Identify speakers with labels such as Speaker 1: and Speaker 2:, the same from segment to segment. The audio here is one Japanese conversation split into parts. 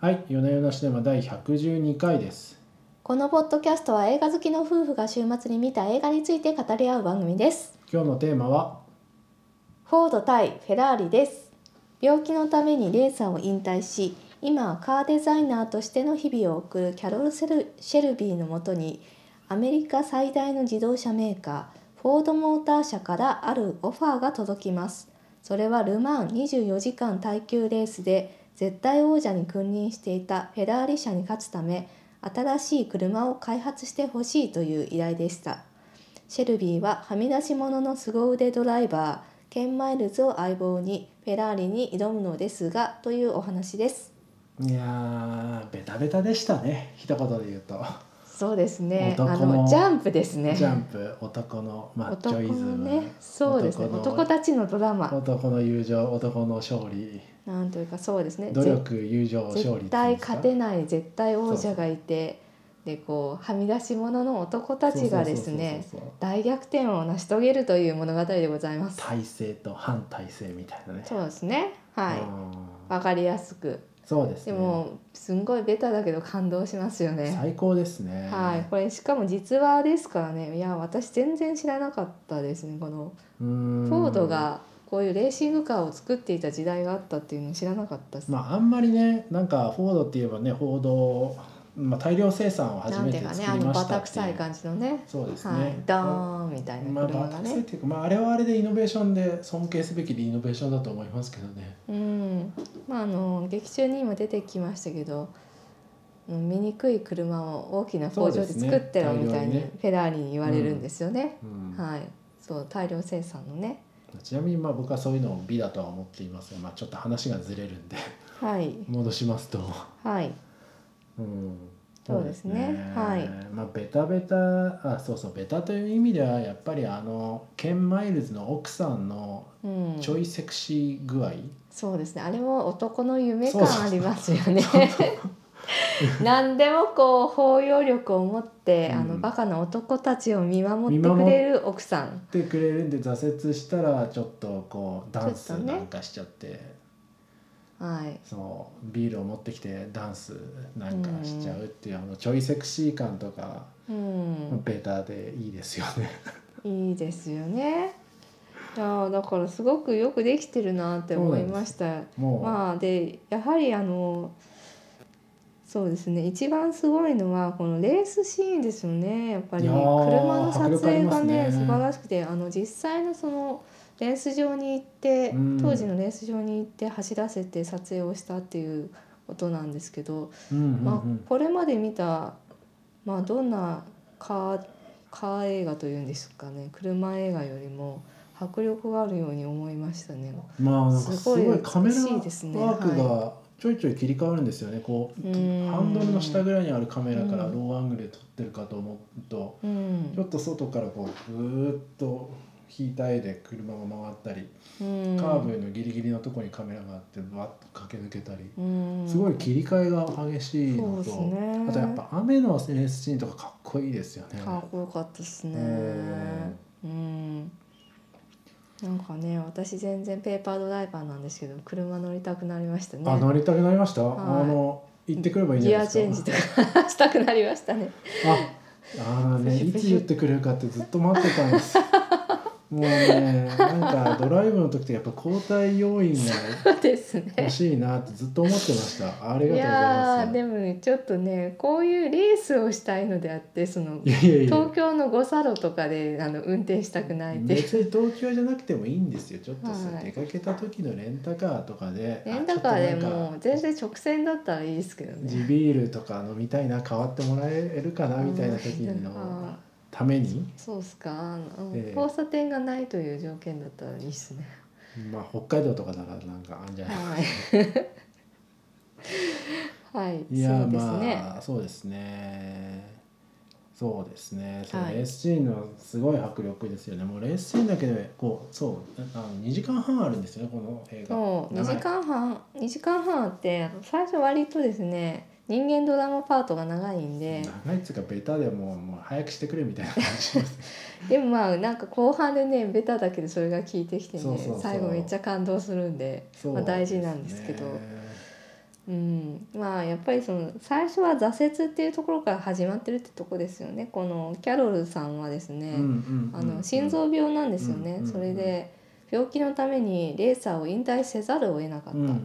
Speaker 1: はい、夜な夜なシネマ第112回です。
Speaker 2: このポッドキャストは映画好きの夫婦が週末に見た映画について語り合う番組です
Speaker 1: 今日のテーマは
Speaker 2: フォード対フェラーリです病気のためにレーサーを引退し今はカーデザイナーとしての日々を送るキャロル・セルシェルビーのもとにアメリカ最大の自動車メーカーフォードモーター社からあるオファーが届きますそれはル・マン24時間耐久レースで絶対王者に君臨していたフェラーリ社に勝つため新しい車を開発してほしいという依頼でしたシェルビーははみ出し者の凄腕ドライバーケン・マイルズを相棒にフェラーリに挑むのですがというお話です
Speaker 1: いやーベタベタでしたね一言で言うと、
Speaker 2: そうですねあ
Speaker 1: 男の
Speaker 2: のジャンプですね
Speaker 1: ジャンプ男のマッチ
Speaker 2: 男
Speaker 1: ョイズ
Speaker 2: の
Speaker 1: ム
Speaker 2: ねそうですね
Speaker 1: 男の
Speaker 2: 男たちのドラマ
Speaker 1: 男の友情男の勝利
Speaker 2: なんというかそうですね
Speaker 1: 努力友情
Speaker 2: ぜ
Speaker 1: 勝利
Speaker 2: 絶対勝てない絶対王者がいてでこうはみ出し者の男たちがですね
Speaker 1: そうそうそうそう
Speaker 2: 大逆転を成し遂げるという物語でございます。
Speaker 1: 体制と反体制みたいなね
Speaker 2: そうですねはい
Speaker 1: うん
Speaker 2: わかりやすく
Speaker 1: そうです
Speaker 2: で
Speaker 1: ね
Speaker 2: もすんごいベタだけど感動しますよね。
Speaker 1: 最高ですね
Speaker 2: はい、これしかも実話ですからねいや私全然知らなかったですねこの
Speaker 1: うーん
Speaker 2: フォードがこういうレーシングカーを作っていた時代があったっていうの知らなかったです、
Speaker 1: まああんまりねなんかフォードって言えばねフォード、まあ、大量生産を初
Speaker 2: なん
Speaker 1: め
Speaker 2: て
Speaker 1: て
Speaker 2: いう
Speaker 1: 作
Speaker 2: か
Speaker 1: りまし
Speaker 2: ね
Speaker 1: たっていう
Speaker 2: あのバタ臭い感じのね
Speaker 1: そうですね、
Speaker 2: はい、ドーンみたい
Speaker 1: ま
Speaker 2: な
Speaker 1: あ、
Speaker 2: 車
Speaker 1: バタ
Speaker 2: が
Speaker 1: 臭いっ
Speaker 2: ね、
Speaker 1: ていうか、まあ、あれはあれでイノベーションで尊敬すべきでイノベーションだと思いますけどね。
Speaker 2: うんまああの劇中にも出てきましたけどうん醜い車を大きな工場で作ってろみたいに
Speaker 1: そうですね
Speaker 2: フェラーリに言われるんですよね、
Speaker 1: うん
Speaker 2: はいそう大量生産のね
Speaker 1: ちなみにまあ僕はそういうのを美だとは思っていますが、まあ、ちょっと話がずれるんで
Speaker 2: はい
Speaker 1: 戻しますと、
Speaker 2: はい
Speaker 1: うん、
Speaker 2: そうですねはい
Speaker 1: まあベタベタあそうそうベタという意味ではやっぱりあのケン・マイルズの奥さんの
Speaker 2: うん
Speaker 1: ちょいセクシー具合、
Speaker 2: そうですねあれも男の夢
Speaker 1: そう
Speaker 2: 感
Speaker 1: そう
Speaker 2: ありますよね 何でもこう包容力を持って、あ
Speaker 1: う
Speaker 2: の
Speaker 1: ん
Speaker 2: バカな男たちを見守ってくれる奥さん
Speaker 1: ってくれるんで挫折したらちょっとこうダンス
Speaker 2: ちょっとね
Speaker 1: なんかしちゃって
Speaker 2: はい
Speaker 1: そうビールを持ってきてダンスなんかしちゃうっていうあのちょいセクシー感とか
Speaker 2: うん、
Speaker 1: ベタでいいですよね。
Speaker 2: いいですよねいやーだからすごくよくできてるなって思いました
Speaker 1: もう、
Speaker 2: まあでやはりあのそうですね一番すごいのはこのレースシーンですよねやっぱり
Speaker 1: いや
Speaker 2: 車
Speaker 1: ー
Speaker 2: の撮影が
Speaker 1: 迫力
Speaker 2: ね
Speaker 1: ありますね
Speaker 2: 素晴らしくてあの実際のそのレース場に行って
Speaker 1: うん
Speaker 2: 当時のレース場に行って走らせて撮影をしたっていうことなんですけど、
Speaker 1: うんうんうん
Speaker 2: まあ、これまで見た、まあ、どんなカーカー映画というんですかね車映画よりも迫力があるように思いましたね。
Speaker 1: まあなんかすご
Speaker 2: すご
Speaker 1: い
Speaker 2: い
Speaker 1: カメラワ
Speaker 2: 美しいですね
Speaker 1: ークがちょいちょい切り替わるんですよね。こう
Speaker 2: うーん
Speaker 1: ハンドルの下ぐらいにあるカメラからロ
Speaker 2: うん
Speaker 1: ーアングルで撮ってるかと思うと、
Speaker 2: うん
Speaker 1: ちょっと外からこうぐーっと引いた絵で車が回ったり、
Speaker 2: うん
Speaker 1: カーブのギリギリのところにカメラがあってバッと駆け抜けたり。
Speaker 2: うん
Speaker 1: すごい切り替えが激しい
Speaker 2: そう
Speaker 1: の
Speaker 2: です
Speaker 1: と、
Speaker 2: ね
Speaker 1: あとやっぱ雨のレースシーンとかかっこいいですよね。
Speaker 2: かっこよかったですね
Speaker 1: うん
Speaker 2: うんなんかね私全然ペーパードライバーなんですけど車乗りたくなりましたね
Speaker 1: あ乗りたくなりました。
Speaker 2: はい
Speaker 1: あの行ってくればいいんじ
Speaker 2: ギ
Speaker 1: ゃない
Speaker 2: ア
Speaker 1: です
Speaker 2: チ
Speaker 1: か。
Speaker 2: ェンジとかしたくなりまし たね
Speaker 1: あ、あのね
Speaker 2: プシュ
Speaker 1: い
Speaker 2: プ
Speaker 1: つ
Speaker 2: シ
Speaker 1: 言
Speaker 2: ュ
Speaker 1: ってくれるかってずっと待ってたん です。もうねなんかドライブの時ってやっぱ交代要員が
Speaker 2: そうですね
Speaker 1: 欲しいなってずっと思ってました。あり
Speaker 2: い
Speaker 1: がとうござい
Speaker 2: や
Speaker 1: ます
Speaker 2: ー。でもねちょっとねこういうレースをしたいのであってその
Speaker 1: いやいやいや
Speaker 2: 東。京の五差路とかであの運転したくないっていう
Speaker 1: 別に東京じゃなくてもいいんですよちょっとさ、
Speaker 2: はい
Speaker 1: 出かけた時のレンタカーとかであ
Speaker 2: レンタカーで
Speaker 1: ちょっとなんか
Speaker 2: もう全然直線だったらいいですけど
Speaker 1: 地
Speaker 2: ね
Speaker 1: ビールとか飲みたいな代わってもらえるかなみたいな時
Speaker 2: うん
Speaker 1: のために、
Speaker 2: そうっすか、あの
Speaker 1: ええ
Speaker 2: 交差点がないという条件だったらいいっす ね。
Speaker 1: まあ、北海道とかならなんかあんじゃない
Speaker 2: はい。はい、
Speaker 1: いや
Speaker 2: そうですね。
Speaker 1: まあそうですねそうですねそう
Speaker 2: はい
Speaker 1: レースシーンのすごい迫力ですよね、もうレースシーンだけでこうそうあの2時間半あるんですよねこの映画
Speaker 2: そう2
Speaker 1: 長い
Speaker 2: 時間半2時間半あってあの最初割とですね人間ドラマパートが長いんで
Speaker 1: 長いっつうかベタでもうもう早くしてくれみたいな感じします
Speaker 2: でもまあなんか後半でねベタだけどそれが効いてきてね
Speaker 1: そうそうそう
Speaker 2: 最後めっちゃ感動するんで、
Speaker 1: そう
Speaker 2: まあ、大事なんですけど
Speaker 1: ね
Speaker 2: うん、まあやっぱりその最初は挫折っていうところから始まってるってとこですよねこのキャロルさんはですね、
Speaker 1: ん
Speaker 2: あの心臓病なんですよ
Speaker 1: う
Speaker 2: ね、
Speaker 1: んうん
Speaker 2: それで病気のためにレーサーを引退せざるを得なかったっ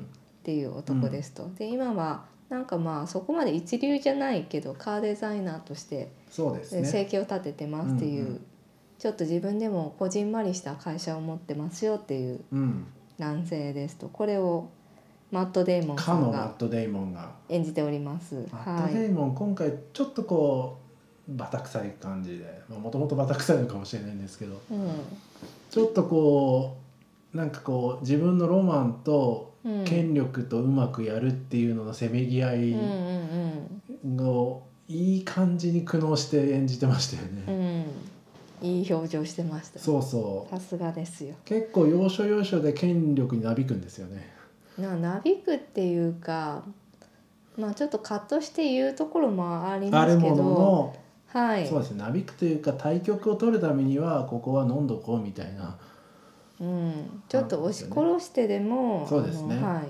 Speaker 2: ていう男ですと、で今はなんかまあそこまで一流じゃないけどカーデザイナーとして
Speaker 1: そうですね。
Speaker 2: 生計を立ててますっていう、
Speaker 1: うんうん
Speaker 2: ちょっと自分でもこじんまりした会社を持ってますよっていう
Speaker 1: うん、
Speaker 2: 男性ですとこれをマット・デイモンさ
Speaker 1: か
Speaker 2: ん
Speaker 1: のマッ
Speaker 2: が
Speaker 1: ト・デイモンが。
Speaker 2: 演じております。
Speaker 1: マット・デイモン今回ちょっとこうバタ臭い感じでもともとバタ臭いのかもしれないんですけど
Speaker 2: うん
Speaker 1: ちょっとこうなんかこう自分のロマンと
Speaker 2: うん
Speaker 1: 権力とうまくやるっていうののせめぎ合
Speaker 2: うんう
Speaker 1: い
Speaker 2: ん
Speaker 1: をいい感じに苦悩して演じてましたよ
Speaker 2: う
Speaker 1: ね。
Speaker 2: んうん、いい表情してました
Speaker 1: そうそう
Speaker 2: さすがですよ
Speaker 1: 結構要所要所で権力になびくんですよね。
Speaker 2: ななびくっていうかまあちょっとカットして言うところもあり
Speaker 1: あ
Speaker 2: ま
Speaker 1: る
Speaker 2: すけ
Speaker 1: もの
Speaker 2: ど
Speaker 1: の
Speaker 2: はい
Speaker 1: そうですねなびくというか対局を取るためにはここは飲んどこうみたいな
Speaker 2: うん、ちょっと押し殺してでも
Speaker 1: そうですね
Speaker 2: あのはい、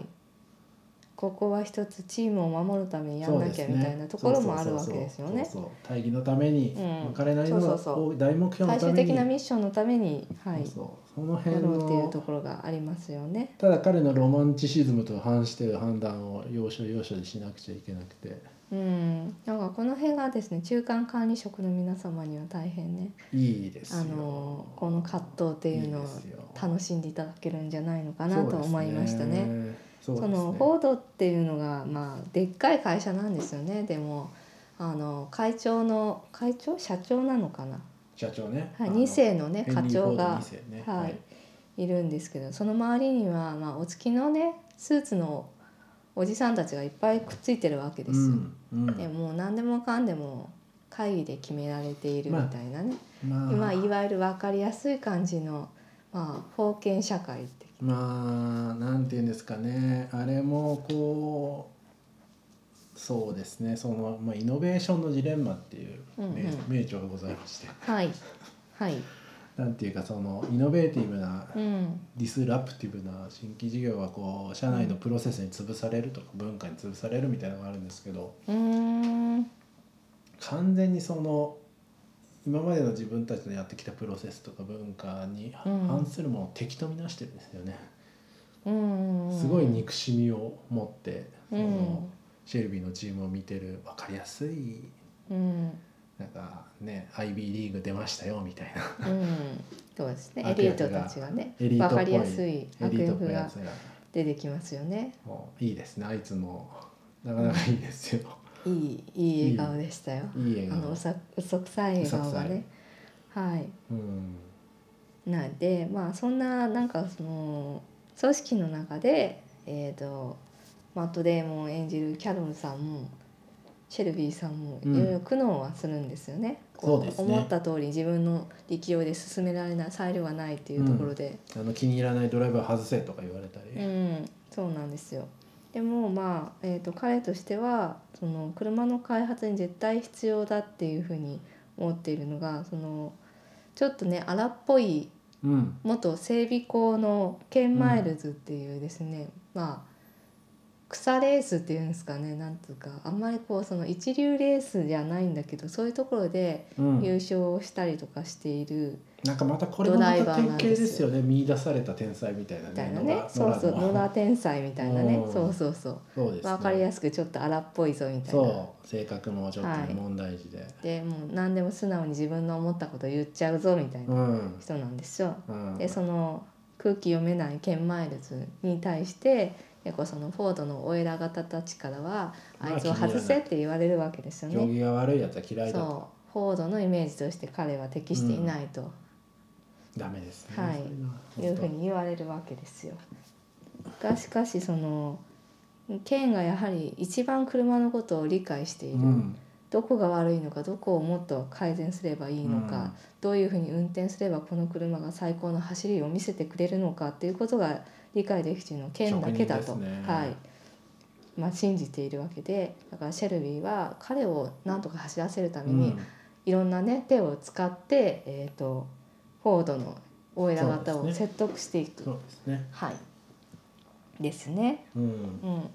Speaker 2: ここは一つチームを守るためにや
Speaker 1: そ
Speaker 2: ん
Speaker 1: う
Speaker 2: な
Speaker 1: です
Speaker 2: きゃ
Speaker 1: ね
Speaker 2: みたいなところもあるわけですよね
Speaker 1: そう。そうそうそう大義のために
Speaker 2: うん
Speaker 1: まかれないの
Speaker 2: そう
Speaker 1: が
Speaker 2: そうそ
Speaker 1: 大目標のた
Speaker 2: 最終
Speaker 1: め
Speaker 2: 的
Speaker 1: に
Speaker 2: なミッションのために、はい、
Speaker 1: そうそうその辺
Speaker 2: やろうっていう
Speaker 1: の
Speaker 2: ところがありますよね。
Speaker 1: ただ彼のロマンチシズムと反してる判断を要所要所でしなくちゃいけなくて
Speaker 2: うん、なんかこの辺がですね中間管理職の皆様には大変ね
Speaker 1: いいですよ
Speaker 2: あのこの葛藤っていうのを楽しんでいただけるんじゃないのかなと思いましたね。
Speaker 1: そうです
Speaker 2: そ
Speaker 1: ね
Speaker 2: のフォードっていうのが、まあ、でっかい会社なんですよねでもあの会長の会長社長なのかな、
Speaker 1: 社長ね
Speaker 2: はい、
Speaker 1: あの
Speaker 2: 2世のね
Speaker 1: ヘン
Speaker 2: 課
Speaker 1: リーフォ
Speaker 2: 長
Speaker 1: ード
Speaker 2: が
Speaker 1: 二世ね
Speaker 2: はいいるんですけどその周りには、まあ、お付きのねスーツのおじさんたちがいっぱいくっついてるわけで
Speaker 1: う
Speaker 2: すよ。
Speaker 1: んうん
Speaker 2: でもう何でもかんでも会議で決められているみたいなね、
Speaker 1: ま
Speaker 2: まあ、いわゆる分かりやすい感じの、まあ、封建社会って
Speaker 1: まあなんていうんですかねあれもこうそうですねその、まあ、イノベーションのジレンマっていう名,、
Speaker 2: うんうん
Speaker 1: 名著がございまして
Speaker 2: はいはい、
Speaker 1: なんていうかそのイノベーティブな
Speaker 2: うん
Speaker 1: ディスラプティブな新規事業はこう社内のプロセスに潰されるとか文化に潰されるみたいなのがあるんですけど
Speaker 2: うーん
Speaker 1: 完全にその今までの自分たちのやってきたプロセスとか文化に
Speaker 2: うん
Speaker 1: 反するものを敵と見なしてるんですよね。
Speaker 2: うんうん
Speaker 1: すごい憎しみを持って、そ
Speaker 2: うん
Speaker 1: のシェルビーのチームを見てる分かりやすい
Speaker 2: うん
Speaker 1: なんかね IB リーグ出ましたよみたいな
Speaker 2: うんそうですねエ
Speaker 1: 悪
Speaker 2: リー
Speaker 1: 役
Speaker 2: ト
Speaker 1: が
Speaker 2: たちがね
Speaker 1: エリー
Speaker 2: わ
Speaker 1: トっぽ
Speaker 2: か
Speaker 1: い
Speaker 2: りやすい
Speaker 1: エ
Speaker 2: 悪
Speaker 1: リートっぽ
Speaker 2: 役
Speaker 1: いや
Speaker 2: が
Speaker 1: つが
Speaker 2: 出てきますよね
Speaker 1: もういいですねあいつもなかなかいいですよ、
Speaker 2: いいいい笑顔でしたよ
Speaker 1: いい映画
Speaker 2: あのうさ嘘くさい笑顔がねはい
Speaker 1: うん
Speaker 2: なんでまあそんななんかその組織の中でえー、とマット・デーモン演じるキャロルさんもシェルビーさんも
Speaker 1: うん
Speaker 2: いろいろ苦悩はするんですよね。
Speaker 1: そ
Speaker 2: こ
Speaker 1: うですね
Speaker 2: 思った通り自分の力量で進められない裁量がないっていうところで、
Speaker 1: あの気に入らないドライブを外せとか言われた
Speaker 2: うん
Speaker 1: り、
Speaker 2: そうなんですよ。でもまあ、えー、と彼としてはその車の開発に絶対必要だっていうふうに思っているのがそのちょっとね荒っぽい
Speaker 1: うん
Speaker 2: 元整備工のケン・マイルズっていうですね、まあ草レースっていうんですかねなんつうかあんまりこうその一流レースじゃないんだけどそういうところで
Speaker 1: うん
Speaker 2: 優勝したりとかしている
Speaker 1: なんかまたこれもまた典型ですよね見出された天才みたいな
Speaker 2: みたい
Speaker 1: ね
Speaker 2: なね、
Speaker 1: 野
Speaker 2: そう
Speaker 1: 良
Speaker 2: そう野
Speaker 1: 野良
Speaker 2: 田
Speaker 1: の
Speaker 2: 天才みたいなね
Speaker 1: うん
Speaker 2: そうそうそう
Speaker 1: そうですね
Speaker 2: わかりやすくちょっと荒っぽいぞみたいな。
Speaker 1: そう性格もちょっ
Speaker 2: はい
Speaker 1: と問題児で、
Speaker 2: でもう何でも素直に自分の思ったこと言っちゃうぞみたいな
Speaker 1: うん
Speaker 2: 人なんですよ。
Speaker 1: うん
Speaker 2: でその空気読めないケン・マイルズに対して結構そのフォードのお偉方たちからは
Speaker 1: ま
Speaker 2: あ
Speaker 1: あ
Speaker 2: いつを外せって言われるわけですよ
Speaker 1: 行
Speaker 2: ね。
Speaker 1: 儀が悪いやつは嫌いだと
Speaker 2: そうフォードのイメージとして彼は適していないと
Speaker 1: ダメですね、
Speaker 2: はい
Speaker 1: そういうのは本当
Speaker 2: いうふうに言われるわけですよ。がしかしそのケンがやはり一番車のことを理解している、
Speaker 1: うん
Speaker 2: どこが悪いのかどこをもっと改善すればいいのか、
Speaker 1: うん
Speaker 2: どういうふうに運転すればこの車が最高の走りを見せてくれるのかっていうことが理解できているのは県だけだと、
Speaker 1: 職人ですね
Speaker 2: はいまあ、信じているわけでだからシェルビーは彼をなんとか走らせるため
Speaker 1: う
Speaker 2: に、
Speaker 1: ん
Speaker 2: いろんなね手を使って、えー、とフォードのオイラ型
Speaker 1: そう
Speaker 2: を
Speaker 1: ですね
Speaker 2: 説得していく。
Speaker 1: そうですね
Speaker 2: はいですね。
Speaker 1: うん
Speaker 2: うん、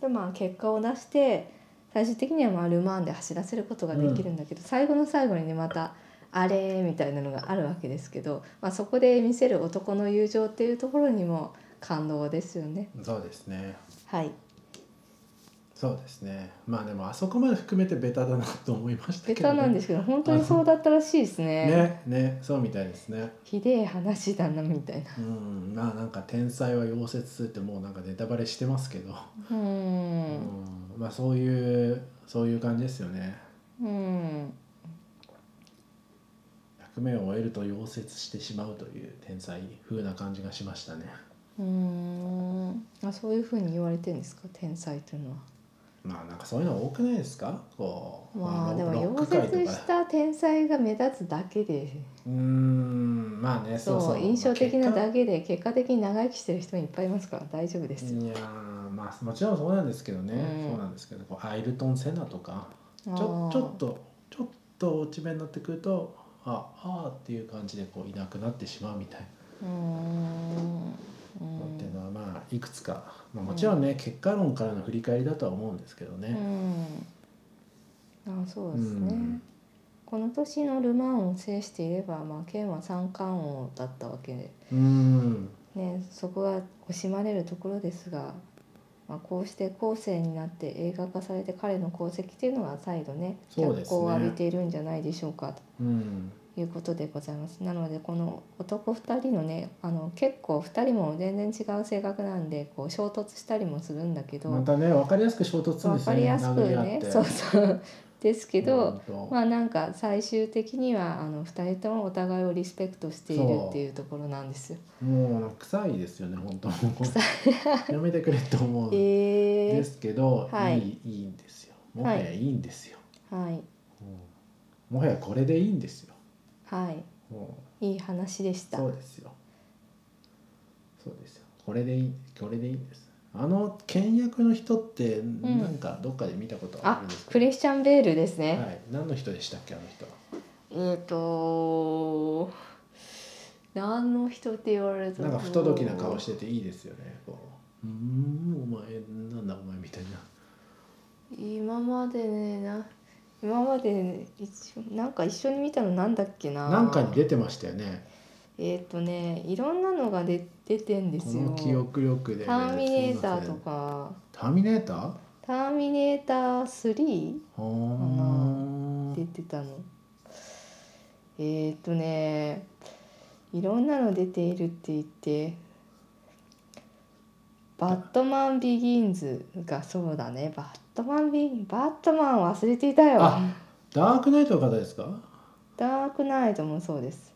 Speaker 2: でまあ結果を出して最終的にはまあル・マンで走らせることができるんだけど、最後の最後にねまた「あれ?」みたいなのがあるわけですけど、まあ、そこで見せる男の友情っていうところにも感動ですよね。
Speaker 1: そうですね
Speaker 2: はい
Speaker 1: そうですねまあでもあそこまで含めてベタだなと思いましたけ
Speaker 2: ベ
Speaker 1: ど、ね、
Speaker 2: タなんですけど本当にそうだったらしいですね。
Speaker 1: ねねそうみたいですね
Speaker 2: ひでえ話だなみたいな。
Speaker 1: うんまあなんか天才は溶接するってもうなんかネタバレしてますけど、
Speaker 2: う
Speaker 1: うんんまあそういうそういう感じですよね
Speaker 2: うん
Speaker 1: 役目を終えると溶接してしまうという天才風な感じがしましたね
Speaker 2: うんあそういうふうに言われてるんですか天才というのは。
Speaker 1: まあなんかそういうの多くないですかこう、
Speaker 2: まあでも
Speaker 1: ロ
Speaker 2: 溶
Speaker 1: 界
Speaker 2: 接した天才が目立つだけで
Speaker 1: うーんまあね
Speaker 2: そ
Speaker 1: そううそう
Speaker 2: 印象的な
Speaker 1: まあ
Speaker 2: だけで結果的に長生きしてる人もいっぱいいますから大丈夫です
Speaker 1: 結
Speaker 2: よ、
Speaker 1: 果いやーまあもちろんそうなんですけどね、
Speaker 2: うん
Speaker 1: そうなんですけどこうアイルトン・セナとか
Speaker 2: あ
Speaker 1: ち
Speaker 2: ー
Speaker 1: ょちょっとちょっと落ち目になってくるとああーっていう感じでこういなくなってしまうみたいな
Speaker 2: うーんう
Speaker 1: のっていうんのはまあいくつか、まあ、もちろんね、結果論からの振り返りだとは思うんですけど
Speaker 2: う
Speaker 1: ね。
Speaker 2: んあそうです
Speaker 1: う
Speaker 2: ね、
Speaker 1: ん
Speaker 2: この年のル・マンを制していれば、まあ、剣は三冠王だったわけで、
Speaker 1: うん
Speaker 2: ね、そこが惜しまれるところですが、まあ、こうして後世になって映画化されて彼の功績というのが再度ね
Speaker 1: そう
Speaker 2: 脚
Speaker 1: ですね
Speaker 2: 光を浴びているんじゃないでしょうかと
Speaker 1: うん
Speaker 2: いうことでございます。なのでこの男2人のねあの結構2人も全然違う性格なんでこう衝突したりもするんだけど、
Speaker 1: またね分かりやすく衝突するん
Speaker 2: 分
Speaker 1: です
Speaker 2: か
Speaker 1: よ
Speaker 2: り
Speaker 1: ね
Speaker 2: やすく
Speaker 1: 殴り合っ
Speaker 2: ね
Speaker 1: て
Speaker 2: そうそう ですけど、
Speaker 1: うんと
Speaker 2: まあなんか最終的にはあの2人ともお互いをリスペクトしている
Speaker 1: そう
Speaker 2: っていうところなんですよ。
Speaker 1: もう臭いですよね本当やめてくれと思うん
Speaker 2: え
Speaker 1: で
Speaker 2: ー、
Speaker 1: すけど、
Speaker 2: はい
Speaker 1: い、いいいんですよもはやいいんですよ、
Speaker 2: はい
Speaker 1: うんもはやこれでいいんですよ
Speaker 2: はい
Speaker 1: も
Speaker 2: いい話でし
Speaker 1: う
Speaker 2: た。
Speaker 1: そうですよそうですよこれでいいこれでいいんですあの倹約の人ってなんかどっかで見たことあ
Speaker 2: あ
Speaker 1: るんですけ
Speaker 2: ク
Speaker 1: ど、
Speaker 2: リスチャン・ベールですね。
Speaker 1: はい、何の人でしたっけあの人は
Speaker 2: えっ、と何の人って言われた
Speaker 1: なんか不届きな顔してていいですよねこううーんお前なんだお前みたいな
Speaker 2: 今までねな今まで、ね、一緒なんか一緒に見たのなんだっけな
Speaker 1: なんかに出てましたよね
Speaker 2: えっ、とねいろんなのが出出てんで
Speaker 1: こ
Speaker 2: すよ
Speaker 1: の記憶力で、
Speaker 2: ターミネーターとか
Speaker 1: ターミネーター
Speaker 2: ターミネーター3
Speaker 1: は
Speaker 2: 出てたのえっ、とねいろんなの出ているって言って「バットマン・ビギンズ」がそうだね「バットマン・ビギン」「バットマン」忘れていたよ
Speaker 1: あダークナイトの方ですか
Speaker 2: 「ダークナイト」もそうです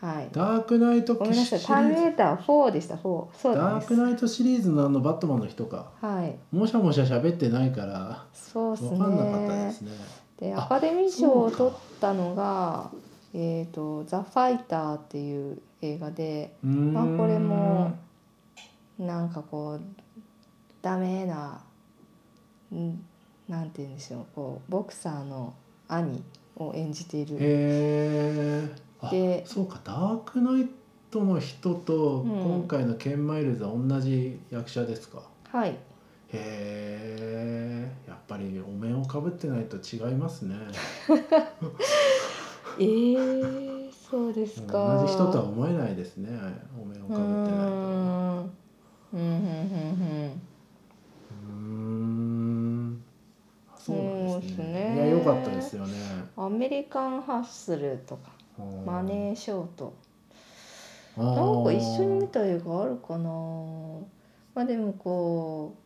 Speaker 2: はい
Speaker 1: ダークナイト
Speaker 2: ごめんなさい「ターミネーター4」でした4そうなん
Speaker 1: ダ
Speaker 2: で
Speaker 1: ーク
Speaker 2: す
Speaker 1: ナイトシリーズのあのバットマンの人か
Speaker 2: はい
Speaker 1: もしゃもしゃ喋ってないから
Speaker 2: そうです
Speaker 1: 分かんなかったで
Speaker 2: ね
Speaker 1: すね
Speaker 2: で
Speaker 1: あ
Speaker 2: アカデミー賞を
Speaker 1: そう
Speaker 2: 取
Speaker 1: か
Speaker 2: ったのが「えー、とザ・ファイター」っていう映画で
Speaker 1: うーん
Speaker 2: まあこれもなんかこうダメなんなんて言うんでしょうこうボクサーの兄を演じている
Speaker 1: へえ
Speaker 2: で
Speaker 1: あそうかダークナイトの人と
Speaker 2: うん
Speaker 1: 今回のケン・マイルズは同じ役者ですか、
Speaker 2: はい
Speaker 1: へえやっぱりお面をかぶってないと違いますね
Speaker 2: えー、そうです
Speaker 1: 同
Speaker 2: か
Speaker 1: じ人とは思えないですねお面をかぶってないとう
Speaker 2: うーんうんう
Speaker 1: ー
Speaker 2: ん
Speaker 1: んあそうなんですね
Speaker 2: そうですね
Speaker 1: いや良かったですよね
Speaker 2: うんアメリカンハッスルとかマネーショート
Speaker 1: な
Speaker 2: なんか一緒に見た映画あるかなまあでもこう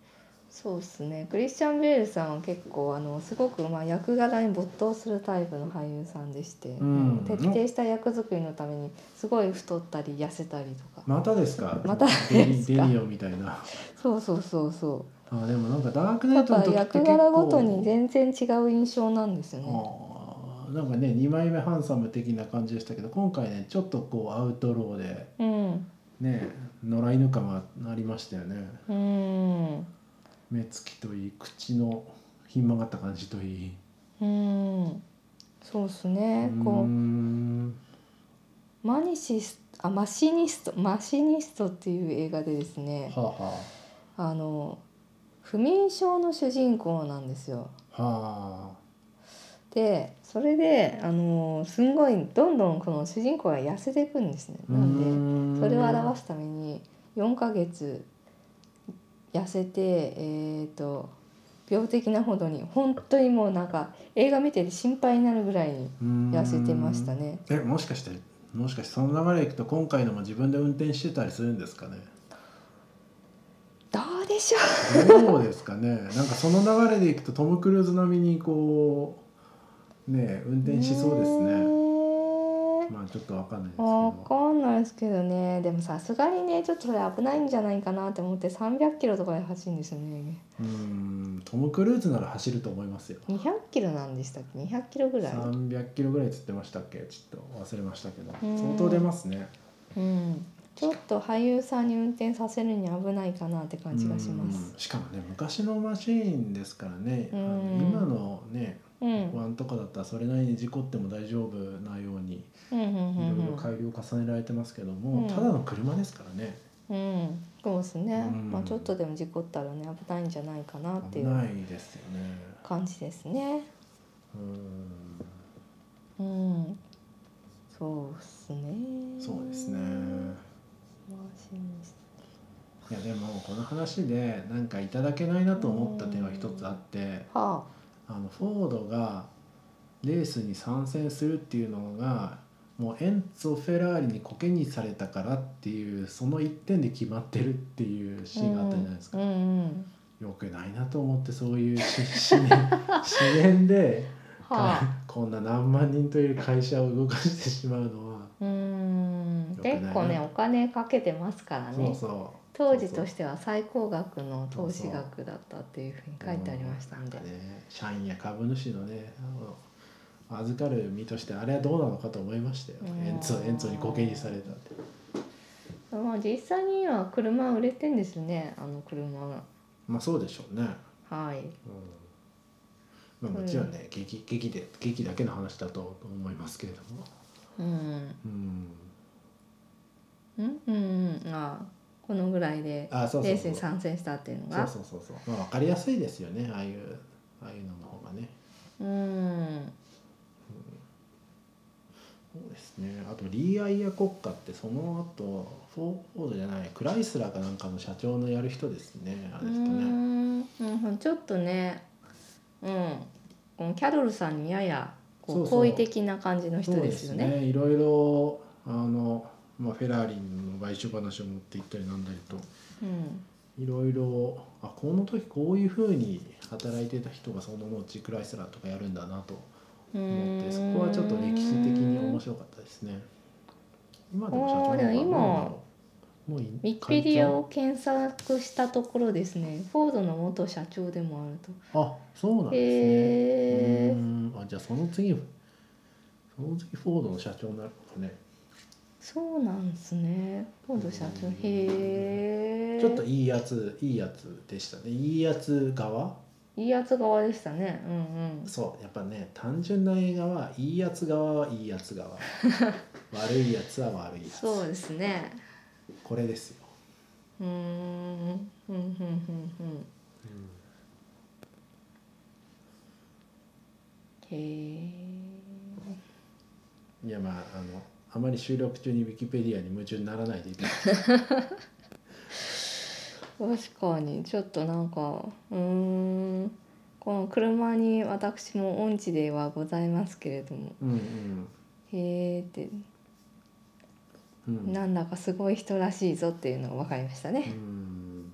Speaker 2: そうですねクリスチャン・ベールさんは結構あのすごくまあ役柄に没頭するタイプの俳優さんでして、
Speaker 1: ん
Speaker 2: 徹底した役作りのためにすごい太ったり痩せたりとか、
Speaker 1: またですか
Speaker 2: またですか
Speaker 1: デリデリオみたいな
Speaker 2: そうそうそうそ
Speaker 1: あでもなんかダーク
Speaker 2: う
Speaker 1: ナ
Speaker 2: だ
Speaker 1: イト
Speaker 2: か
Speaker 1: の
Speaker 2: ら
Speaker 1: 時って
Speaker 2: 役
Speaker 1: 結構
Speaker 2: 柄ごとに全然違う印象なんですよね
Speaker 1: あーなんかね2枚目ハンサム的な感じでしたけど今回ねちょっとこうアウトローで
Speaker 2: うん
Speaker 1: ね野良犬感がありましたよね
Speaker 2: うん
Speaker 1: 目つきといい口のひん曲がった感じといい
Speaker 2: うんそうですね
Speaker 1: うー
Speaker 2: こうんマニシスあマシニストマシニストっていう映画でですね
Speaker 1: はあはあ
Speaker 2: あの不眠症の主人公なんですよ。
Speaker 1: は
Speaker 2: でそれで、あのーすんごいどんどんこの主人公が痩せていくんですね。
Speaker 1: あ
Speaker 2: なん
Speaker 1: ん
Speaker 2: でそれを表すために4ヶ月痩せてえー、と病的なほどに本当にもうなんか映画見てて心配になるぐらいに痩せてましたね。
Speaker 1: えもしかしてもしかしてその流れいくと今回のも自分で運転してたりするんですかね
Speaker 2: どうでしょう
Speaker 1: どうですかね なんかその流れでいくとトム・クルーズ並みにこうねえ運転しそうです
Speaker 2: ね
Speaker 1: ね
Speaker 2: ー
Speaker 1: まあちょっとわかんないですけ
Speaker 2: わ
Speaker 1: ど
Speaker 2: かんないですけどねでもさすがにねちょっとそれ危ないんじゃないかなって思って300キロとかで走るんですよね
Speaker 1: うーんトム・クルーズなら走ると思いますよ
Speaker 2: 200キロなんでしたっけ200キロぐらい、
Speaker 1: 300キロぐらいつってましたっけちょっと忘れましたけど
Speaker 2: うん
Speaker 1: 相当出ますね
Speaker 2: うん、ちょっと俳優さんに運転させるには危ないかなって感じがします
Speaker 1: うんしかもね昔のマシーンですからねあの
Speaker 2: うん
Speaker 1: 今のね
Speaker 2: うんうん
Speaker 1: 保安とかだったらそれなりに事故っても大丈夫なように
Speaker 2: うんう
Speaker 1: いろい
Speaker 2: ん
Speaker 1: ろ改良重ねられてますけど
Speaker 2: うん
Speaker 1: もただの車ですからね
Speaker 2: うんうんそうですね、
Speaker 1: うん
Speaker 2: まあちょっとでも事故ったらね危ないんじゃないかなっ
Speaker 1: 危
Speaker 2: ていう
Speaker 1: ないですよね
Speaker 2: 感じですね
Speaker 1: うん
Speaker 2: うんそうですね
Speaker 1: そうですね
Speaker 2: マシンです
Speaker 1: いやでもこの話でなんかいただけないなと思った点は一つあって
Speaker 2: は
Speaker 1: あのフォードがレースに参戦するっていうのがもうエンツォ・フェラーリにコケにされたからっていうその一点で決まってるっていう
Speaker 2: あ
Speaker 1: シーンがあったじゃないですか、
Speaker 2: うんうんうん
Speaker 1: よくないなと思ってそういうし資源資源で、
Speaker 2: はあ、
Speaker 1: こんな何万人という会社を動かしてしまうのは、
Speaker 2: うーん
Speaker 1: よくない
Speaker 2: 結構ねお金かけてますから
Speaker 1: そ
Speaker 2: ね
Speaker 1: うそう
Speaker 2: 当時としてては最高額の投資額だったっていうふうに書いてありましたんで
Speaker 1: ね、社員や株主のねあの預かる身としてあれはどうなのかと思いましたよ
Speaker 2: うん
Speaker 1: エンツォエンツォにコケにされたって。
Speaker 2: まあ実際には車売れてんですねあの車は
Speaker 1: まあそうでしょうね。
Speaker 2: はい
Speaker 1: うん、まあもちろんね、劇劇で劇だけの話だと思いますけれども。
Speaker 2: うん
Speaker 1: うん。
Speaker 2: うんうんうんあこのぐらいで
Speaker 1: あ、そうそ
Speaker 2: レ
Speaker 1: う
Speaker 2: ース
Speaker 1: そう。
Speaker 2: に
Speaker 1: そう
Speaker 2: 参戦したっていうのが
Speaker 1: そうそうそう。まあわかりやすいですよね。ああいうああいうのの方がね。
Speaker 2: うん
Speaker 1: そうですね。あとリーアイア国家ってその後フォーフォードじゃないクライスラーかなんかの社長のやる人ですね。あ
Speaker 2: う
Speaker 1: れ人ね。
Speaker 2: んうんちょっとねうんこのキャロルさんにややこ
Speaker 1: そううそう
Speaker 2: 好意的な感じの人ですよ
Speaker 1: そう
Speaker 2: ね。
Speaker 1: いろいろあのまあフェラーリの買収話を持っていったりなんだりと。
Speaker 2: うん
Speaker 1: いろいろあこの時こういうふうに働いてた人がその後クライスラーとかやるんだなと思ってそこはちょっと歴史的に面白かったですね。今でも社長
Speaker 2: あー
Speaker 1: の
Speaker 2: でも今
Speaker 1: もうい
Speaker 2: ウィキペディアを検索したところですねフォードの元社長でもあると
Speaker 1: あそうなんですね。
Speaker 2: へ
Speaker 1: うーん
Speaker 2: え
Speaker 1: あじゃあその次その次フォードの社長になるのかね。
Speaker 2: そうなんですねフォード社長
Speaker 1: うん
Speaker 2: へえ
Speaker 1: ちょっといいやついいやつでしたね。いいやつ側
Speaker 2: いいやつ側でしたねうん
Speaker 1: そうやっぱね単純な映画はいいやつ側はいいやつ側悪いやつは悪い
Speaker 2: うん
Speaker 1: やつ
Speaker 2: そうですね
Speaker 1: これですよ、
Speaker 2: うーんうんうんうんうんへえ
Speaker 1: いやまああのあまり収録中にウィキペディアに夢中にならないでいただきたい
Speaker 2: 確かにちょっとなんかうーんこの車に私も音痴ではございますけれども
Speaker 1: うんうん
Speaker 2: へえって
Speaker 1: うん
Speaker 2: なんだかすごい人らしいぞっていうのが分かりました
Speaker 1: う
Speaker 2: ね。
Speaker 1: ん、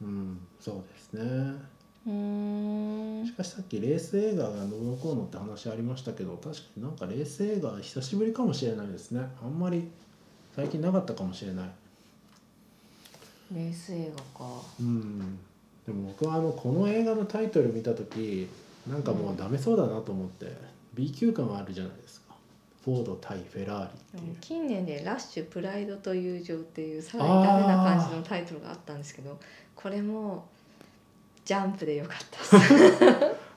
Speaker 1: うん、そうですね
Speaker 2: うーん。
Speaker 1: しかしさっきレース映画がどうのこうのって話ありましたけど確かになんかレース映画久しぶりかもしれないですねあんまり最近なかったかもしれない
Speaker 2: レース映画か。
Speaker 1: うんでも僕はあのこの映画のタイトル見た時なんかもうダメそうだなと思って、B 級感はあるじゃないですかフォード対フェラーリっていう
Speaker 2: 近年で「ラッシュプライドと友情」っていうさらにダメな感じのタイトルがあったんですけどこれもジャンプでよかったです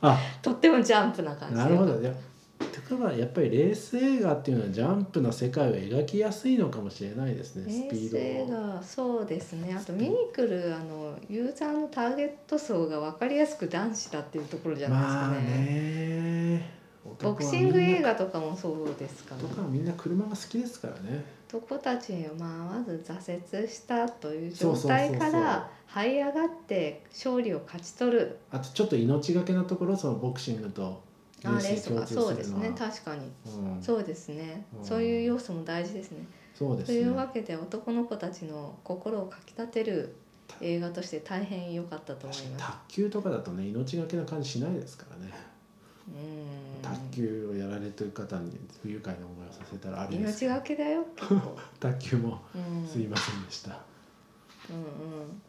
Speaker 1: あ
Speaker 2: とってもジャンプな感じで
Speaker 1: なるほど
Speaker 2: よかっ
Speaker 1: じゃあただやっぱりレース映画っていうのはジャンプの世界を描きやすいのかもしれないですねス
Speaker 2: 衛
Speaker 1: ピ
Speaker 2: 星
Speaker 1: ードを
Speaker 2: がそうですねあと見に来るあのユーザーのターゲット層が分かりやすく男子だっていうところじゃないです
Speaker 1: ま
Speaker 2: か
Speaker 1: あ
Speaker 2: ね,、
Speaker 1: ね
Speaker 2: ボクシング映画とかもそうですかね
Speaker 1: とかみんな車が好きですからね
Speaker 2: 男たちがまあまず挫折したという
Speaker 1: そう
Speaker 2: 状
Speaker 1: そうそうそう
Speaker 2: 態から這い上がって勝利を勝ち取る
Speaker 1: あとちょっと命がけなところそのボクシングと
Speaker 2: あレースとか
Speaker 1: のは
Speaker 2: そうですね確かに
Speaker 1: うんそう
Speaker 2: そうですね、
Speaker 1: うん
Speaker 2: そういう要素も大事ですね
Speaker 1: です
Speaker 2: とい
Speaker 1: ね
Speaker 2: うわけで男の子たちの心をかきたてる映画として大変良かったと思い
Speaker 1: 確かに
Speaker 2: ます。
Speaker 1: 卓球とかだとね命がけな感じしないですからね、
Speaker 2: うん
Speaker 1: 卓球をやられてる方に不愉快な思いをさせたらあれですけ
Speaker 2: 命
Speaker 1: ど
Speaker 2: がけだよ結構、
Speaker 1: 卓球も
Speaker 2: うん、うん
Speaker 1: すいませんでした、
Speaker 2: うん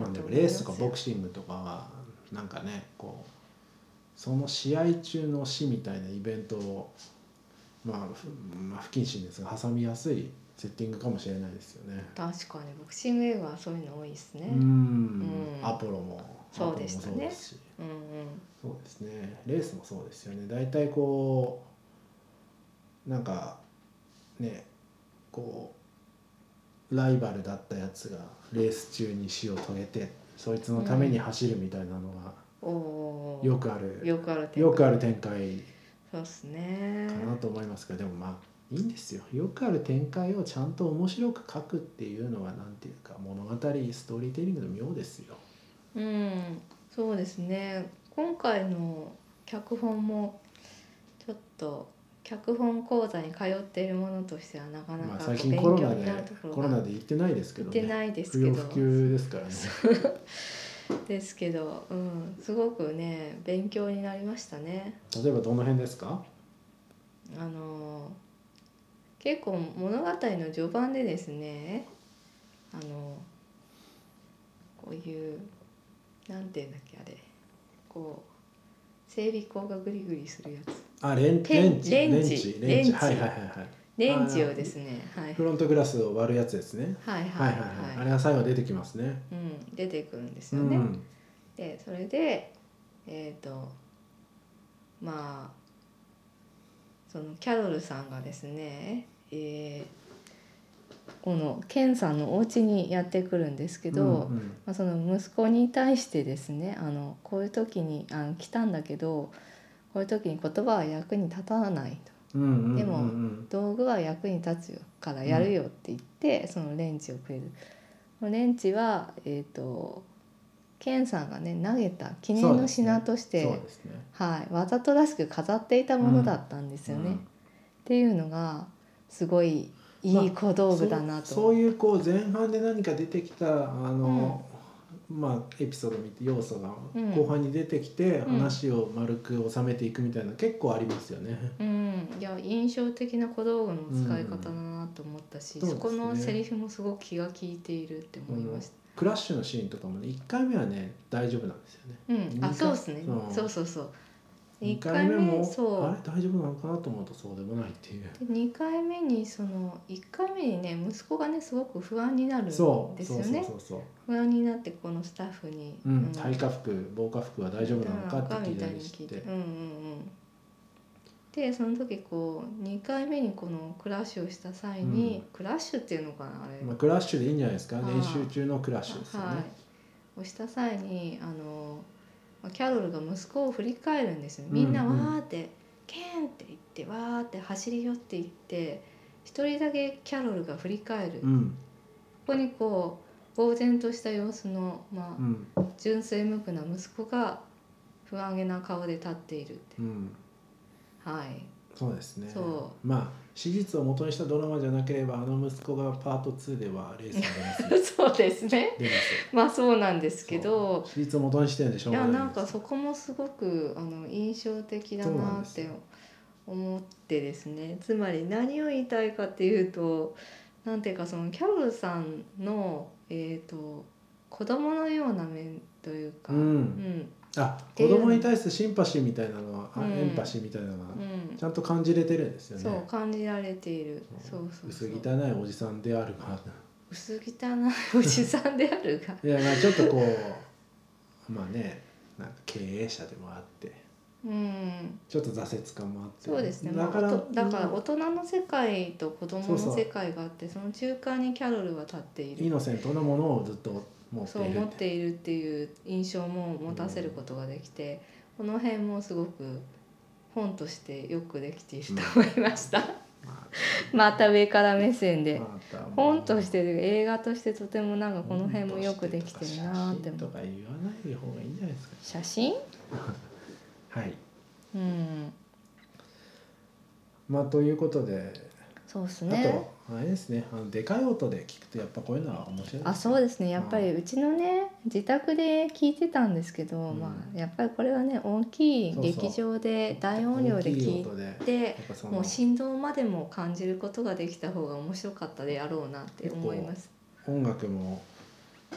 Speaker 1: まあでもレースとかボクシングとかはなんかねこうその試合中の死みたいなイベントを、まあ、ふまあ不謹慎ですが挟みやすいセッティングかもしれないですよね。
Speaker 2: 確かにボクシング映画はそういうの多いですね
Speaker 1: う
Speaker 2: うん
Speaker 1: ん
Speaker 2: うん
Speaker 1: アポロも
Speaker 2: そうでしたね
Speaker 1: アポロもそうですし
Speaker 2: うん
Speaker 1: そうですねレースもそうですよね大体こうなんかねこうライバルだったやつがレース中に死を遂げてそいつのために走るみたいなのが
Speaker 2: おおー
Speaker 1: よくある、
Speaker 2: よくある展開
Speaker 1: よくある展開
Speaker 2: そうですね
Speaker 1: かなと思いますけどでもまあいいんですよよくある展開をちゃんと面白く書くっていうのはなんていうか物語ストーリーテリングの妙ですよ。
Speaker 2: うんそうですね今回の脚本もちょっと脚本講座に通っているものとしてはなかな
Speaker 1: まあ、
Speaker 2: か
Speaker 1: 最
Speaker 2: こう
Speaker 1: 近
Speaker 2: 勉
Speaker 1: コロ
Speaker 2: 強
Speaker 1: ナ
Speaker 2: に
Speaker 1: で
Speaker 2: なるところ
Speaker 1: コロナ
Speaker 2: が
Speaker 1: で行ってないですけ
Speaker 2: 行
Speaker 1: ど
Speaker 2: って
Speaker 1: ね。
Speaker 2: ないです
Speaker 1: 不
Speaker 2: け
Speaker 1: 要
Speaker 2: ど
Speaker 1: 不急ですからね。
Speaker 2: ですけど、うん、すごくね勉強になりましたね。
Speaker 1: 例えばどの辺ですか？
Speaker 2: あの結構物語の序盤でですねあのこういうなんていうんだっけあれこう整備工がグリグリするやつ
Speaker 1: あレン
Speaker 2: ペン
Speaker 1: レ
Speaker 2: レ
Speaker 1: ン
Speaker 2: ン
Speaker 1: チ
Speaker 2: チ
Speaker 1: レンチ
Speaker 2: レンチ
Speaker 1: はいはいはいはい。
Speaker 2: レンジをですねはい
Speaker 1: フロントグラスを割るやつですね。
Speaker 2: はい
Speaker 1: は
Speaker 2: はいい
Speaker 1: はいはい。あ
Speaker 2: はい、
Speaker 1: れは最後出てきますね。
Speaker 2: うん、出てくるんです
Speaker 1: う
Speaker 2: よね。
Speaker 1: ん。
Speaker 2: でそれでえっ、とまあそのキャロルさんがですね、えーこのケンさんのお家にやってくるんですけど、
Speaker 1: うんうん
Speaker 2: まあ、その息子に対してですねあのこういう時にあの来たんだけどこういう時に言葉は役に立たない
Speaker 1: う
Speaker 2: と
Speaker 1: んうんうん
Speaker 2: でも
Speaker 1: うん
Speaker 2: 道具は役に立つよからやるよって言って、そのレンチをくれるこのレンチはえっ、とケンさんがね投げた記念の品とし
Speaker 1: そう
Speaker 2: て、
Speaker 1: ですね。
Speaker 2: はい、わざとらしく飾っていたものだったんですよね、
Speaker 1: うん
Speaker 2: っていうのがすごいい
Speaker 1: まあ
Speaker 2: い小道具だな
Speaker 1: そ
Speaker 2: と、
Speaker 1: うそういうこう前半で何か出てきたあの、まあエピソードみたい要素が
Speaker 2: うん
Speaker 1: 後半に出てきて、
Speaker 2: うん
Speaker 1: 話を丸く収めていくみたいな結構ありますよね。
Speaker 2: うん、いや印象的な小道具の使い方だなと思ったし、
Speaker 1: うん
Speaker 2: そこ
Speaker 1: そう
Speaker 2: の
Speaker 1: ですね
Speaker 2: セリフもすごく気が利いているって思いました。
Speaker 1: クラッシュのシーンとかもね1回目はね大丈夫なんですよね。
Speaker 2: うん
Speaker 1: 二回
Speaker 2: あそうですね
Speaker 1: そう
Speaker 2: そうそうそう
Speaker 1: 2
Speaker 2: 1
Speaker 1: 回
Speaker 2: 回
Speaker 1: 目
Speaker 2: 目
Speaker 1: も
Speaker 2: そう
Speaker 1: あれ大丈夫なのかなと思うとそうでもないっていう。
Speaker 2: で2回目にその1回目にね息子がねすごく不安になるんですよ
Speaker 1: そうそう
Speaker 2: ね
Speaker 1: そうそうそう。
Speaker 2: 不安になってこのスタッフに「
Speaker 1: う
Speaker 2: うん
Speaker 1: ん、耐火服防火服は大丈夫なのかって聞いたりし
Speaker 2: み
Speaker 1: て
Speaker 2: たいに聞いてうんうんうんでその時こう2回目にこのクラッシュをした際に、
Speaker 1: うん
Speaker 2: クラッシュっていうのかなあれ、
Speaker 1: まあ、クラッシュでいいんじゃないですか
Speaker 2: あー
Speaker 1: 練習中のクラッシュですよね。
Speaker 2: はい、をした際にあのまあキャロルが息子を振り返るんですよみんな
Speaker 1: うん
Speaker 2: わ
Speaker 1: うん
Speaker 2: ーって「ケン!」って言ってわーって走り寄って言って一人だけキャロルが振り返る、
Speaker 1: う
Speaker 2: こ
Speaker 1: ん
Speaker 2: こにこう呆然とした様子の、ま
Speaker 1: う
Speaker 2: あ、
Speaker 1: ん
Speaker 2: 純粋無垢な息子が不安げな顔で立っているって、
Speaker 1: うん
Speaker 2: はい
Speaker 1: そうですね
Speaker 2: そ
Speaker 1: まあ史実を元にしたドラマじゃなければあの息子がパート2ではレースに出ますよ
Speaker 2: そうですね
Speaker 1: 出ますよ
Speaker 2: まあそうなんですけ
Speaker 1: そ
Speaker 2: ど
Speaker 1: う史実を元にしてるんでしょ
Speaker 2: いう
Speaker 1: が
Speaker 2: や
Speaker 1: な
Speaker 2: ないん
Speaker 1: です
Speaker 2: かそこもすごくあの印象的だ
Speaker 1: そうな
Speaker 2: なんっ
Speaker 1: ですよ
Speaker 2: て思ってですねつまり何を言いたいかっていうとなんていうかそのキャロルさんの、えー、と子供のような面というか、
Speaker 1: うん
Speaker 2: うん
Speaker 1: あ
Speaker 2: て
Speaker 1: 子
Speaker 2: いう
Speaker 1: 供に対するシンパシーみたいなのは、あ
Speaker 2: うん
Speaker 1: エンパシーみたいなのは
Speaker 2: うん
Speaker 1: ちゃんと感じれてるんですよね、
Speaker 2: そう感じられているそうそうそう
Speaker 1: 薄汚いおじさんであるが
Speaker 2: 薄汚いおじさんである が
Speaker 1: いやまあちょっとこうまあねなんか経営者でもあって
Speaker 2: うん、
Speaker 1: ちょっと挫折感もあって
Speaker 2: そうですね
Speaker 1: だ
Speaker 2: だか,、
Speaker 1: からら、
Speaker 2: まあおと、だから大人の世界と子供
Speaker 1: そうそ
Speaker 2: の
Speaker 1: う
Speaker 2: 世界があってその中間にキャロルは立ってい
Speaker 1: イ
Speaker 2: る
Speaker 1: ノセントなものをずっと持って
Speaker 2: そう
Speaker 1: いる
Speaker 2: 思っているっていう印象も持たせることができて、この辺もすごく本としてよくできていると思いました、
Speaker 1: ま
Speaker 2: また上から目線で、
Speaker 1: あまた
Speaker 2: 本としてというか映画としてとてもなんかこの辺もよくできてるなーって
Speaker 1: 本としてとか写真
Speaker 2: 思う
Speaker 1: とか言わない方がいいんじゃないですか
Speaker 2: 写真
Speaker 1: はい
Speaker 2: うん
Speaker 1: まあということで、
Speaker 2: そうです
Speaker 1: あ
Speaker 2: ね
Speaker 1: とあれですねあのでかい音で聞くとやっぱこういうのは面白い
Speaker 2: あそうですねやっぱりうちのね自宅で聞いてたんですけど、
Speaker 1: うん
Speaker 2: まあやっぱりこれはね大きい
Speaker 1: そうそう
Speaker 2: 劇場で大音量で聞い
Speaker 1: 大きい音でや
Speaker 2: て
Speaker 1: っぱその
Speaker 2: もう振動までも感じることができた方が面白かったであろうなって思います。
Speaker 1: 音楽も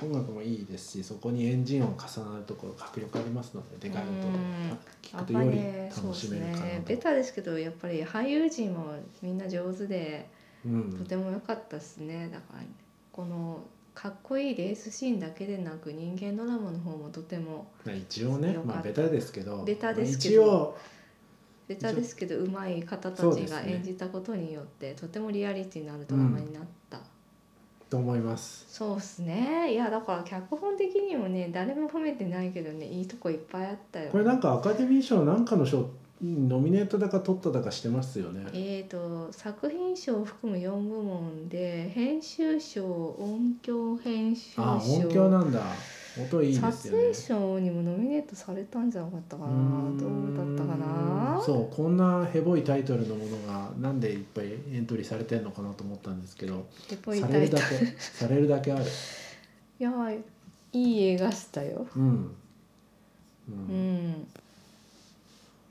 Speaker 1: 音楽もいいですしそこにエンジン音重なるところ迫力ありますのででかい音で
Speaker 2: うん
Speaker 1: 聞く
Speaker 2: やっ
Speaker 1: と
Speaker 2: ぱ
Speaker 1: より
Speaker 2: ねそう
Speaker 1: 楽
Speaker 2: です
Speaker 1: しめるかな
Speaker 2: ね
Speaker 1: と
Speaker 2: ベタですけどやっぱり俳優陣もみんな上手で
Speaker 1: う
Speaker 2: と
Speaker 1: ん
Speaker 2: ても良かったですねだからこのかっこいいレースシーンだけでなく人間ドラマの方もとても
Speaker 1: まあ一応ね
Speaker 2: よかった
Speaker 1: まあベタですけど
Speaker 2: ベタですけど
Speaker 1: まあ一応
Speaker 2: ベタですけど上手い方た
Speaker 1: そう
Speaker 2: ち
Speaker 1: です
Speaker 2: が
Speaker 1: ね
Speaker 2: 演じたことによって、とてもリアリティのあるドラマになった、
Speaker 1: と思います
Speaker 2: そうっすねいやだから脚本的にもね誰も褒めてないけどねいいとこいっぱいあったよ
Speaker 1: これなんかアカデミー賞なんかの賞ノミネートだか取っただかしてますよね
Speaker 2: えー、と作品賞を含む4部門で編集賞音響編集賞
Speaker 1: あ音響なんだ音いいです
Speaker 2: 撮
Speaker 1: よね
Speaker 2: 影賞にもノミネートされたんじゃなかったかな
Speaker 1: うーん
Speaker 2: どうだったかな
Speaker 1: そうこんなヘボいタイトルのものがなんでいっぱいエントリーされてんのかなと思ったんですけど
Speaker 2: でぽい
Speaker 1: さ
Speaker 2: タ
Speaker 1: れる
Speaker 2: イト
Speaker 1: だ
Speaker 2: ル
Speaker 1: けされるだけある
Speaker 2: いやいい映画したよ
Speaker 1: うん、う
Speaker 2: うんん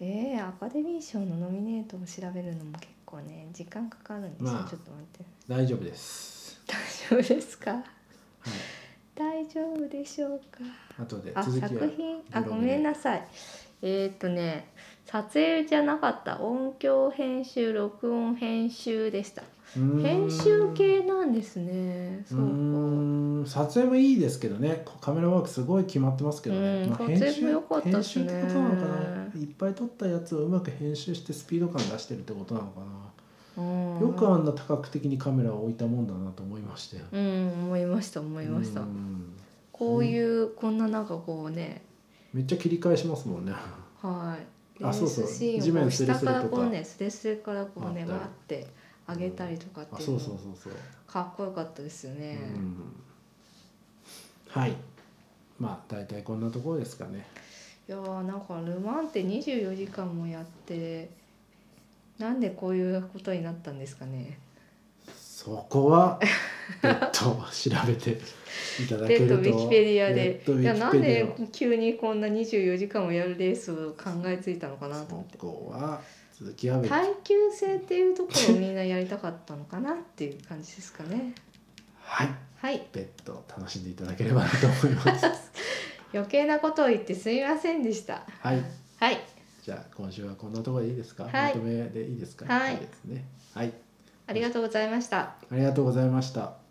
Speaker 2: えー、アカデミー賞のノミネートを調べるのも結構ね時間かかるんですよ、
Speaker 1: まあ
Speaker 2: ちょっと待って
Speaker 1: 大丈夫です、
Speaker 2: 大丈夫ですか
Speaker 1: はい、
Speaker 2: 大丈夫でしょうか
Speaker 1: 後で
Speaker 2: あ
Speaker 1: 続きは
Speaker 2: 作品あ
Speaker 1: ブロ
Speaker 2: ご
Speaker 1: グで
Speaker 2: めんなさいえー、っとね撮影じゃなかった音響編集録音編集でした
Speaker 1: うーん
Speaker 2: 編集系なんですねそう
Speaker 1: うーん撮影もいいですけどねこカメラワークすごい決まってますけどね、
Speaker 2: うん
Speaker 1: まあ、
Speaker 2: 撮影も良かったっ
Speaker 1: 編
Speaker 2: す
Speaker 1: 集
Speaker 2: ね
Speaker 1: ってことなのかないっぱい撮ったやつをうまく編集してスピード感出してるってことなのかな、
Speaker 2: かうん
Speaker 1: よくあんな多角的にカメラを置いたもんだなと思いましたよ、
Speaker 2: うん思いました思いました
Speaker 1: うん
Speaker 2: こういうこんななんかこうね
Speaker 1: めっちゃ切り返しますもんね
Speaker 2: はい。
Speaker 1: あそうそう
Speaker 2: レースシーンを
Speaker 1: 地面
Speaker 2: こう
Speaker 1: スレ
Speaker 2: 下
Speaker 1: ス
Speaker 2: か
Speaker 1: レ
Speaker 2: ら
Speaker 1: とか
Speaker 2: こうねスレスレからこうね
Speaker 1: あった
Speaker 2: わ
Speaker 1: よ
Speaker 2: ーって上げたりとかっ
Speaker 1: あ
Speaker 2: ていう
Speaker 1: そうそ
Speaker 2: の
Speaker 1: う
Speaker 2: も
Speaker 1: そうそう、
Speaker 2: かっこよかったですよね。
Speaker 1: うんはいまあ大体こんなところですかね
Speaker 2: いやーなんかルマンって24時間もやってなんでこういうことになったんですかね。
Speaker 1: そこは別途調べていただけ
Speaker 2: 別
Speaker 1: る
Speaker 2: 途
Speaker 1: と
Speaker 2: ウィキペディアで
Speaker 1: 別途ウィ
Speaker 2: い
Speaker 1: キ
Speaker 2: や
Speaker 1: ペディ
Speaker 2: な
Speaker 1: ア
Speaker 2: んで急にこんな24時間もやるレースを考えついたのかなと
Speaker 1: そ
Speaker 2: 思って。
Speaker 1: こは続きは別
Speaker 2: 耐久性っていうところをみんなやりたかったのかなっていう感じですかね。
Speaker 1: はい
Speaker 2: はい。
Speaker 1: 別途楽しんでいただければなと思い ます
Speaker 2: 余計なことを言ってすみませんでした。
Speaker 1: はい
Speaker 2: はい、
Speaker 1: じゃあ今週はこんなところでいいですか、
Speaker 2: はい
Speaker 1: まとめでいいですか
Speaker 2: はい
Speaker 1: ですねはい
Speaker 2: ありがとうございました。
Speaker 1: ありがとうございました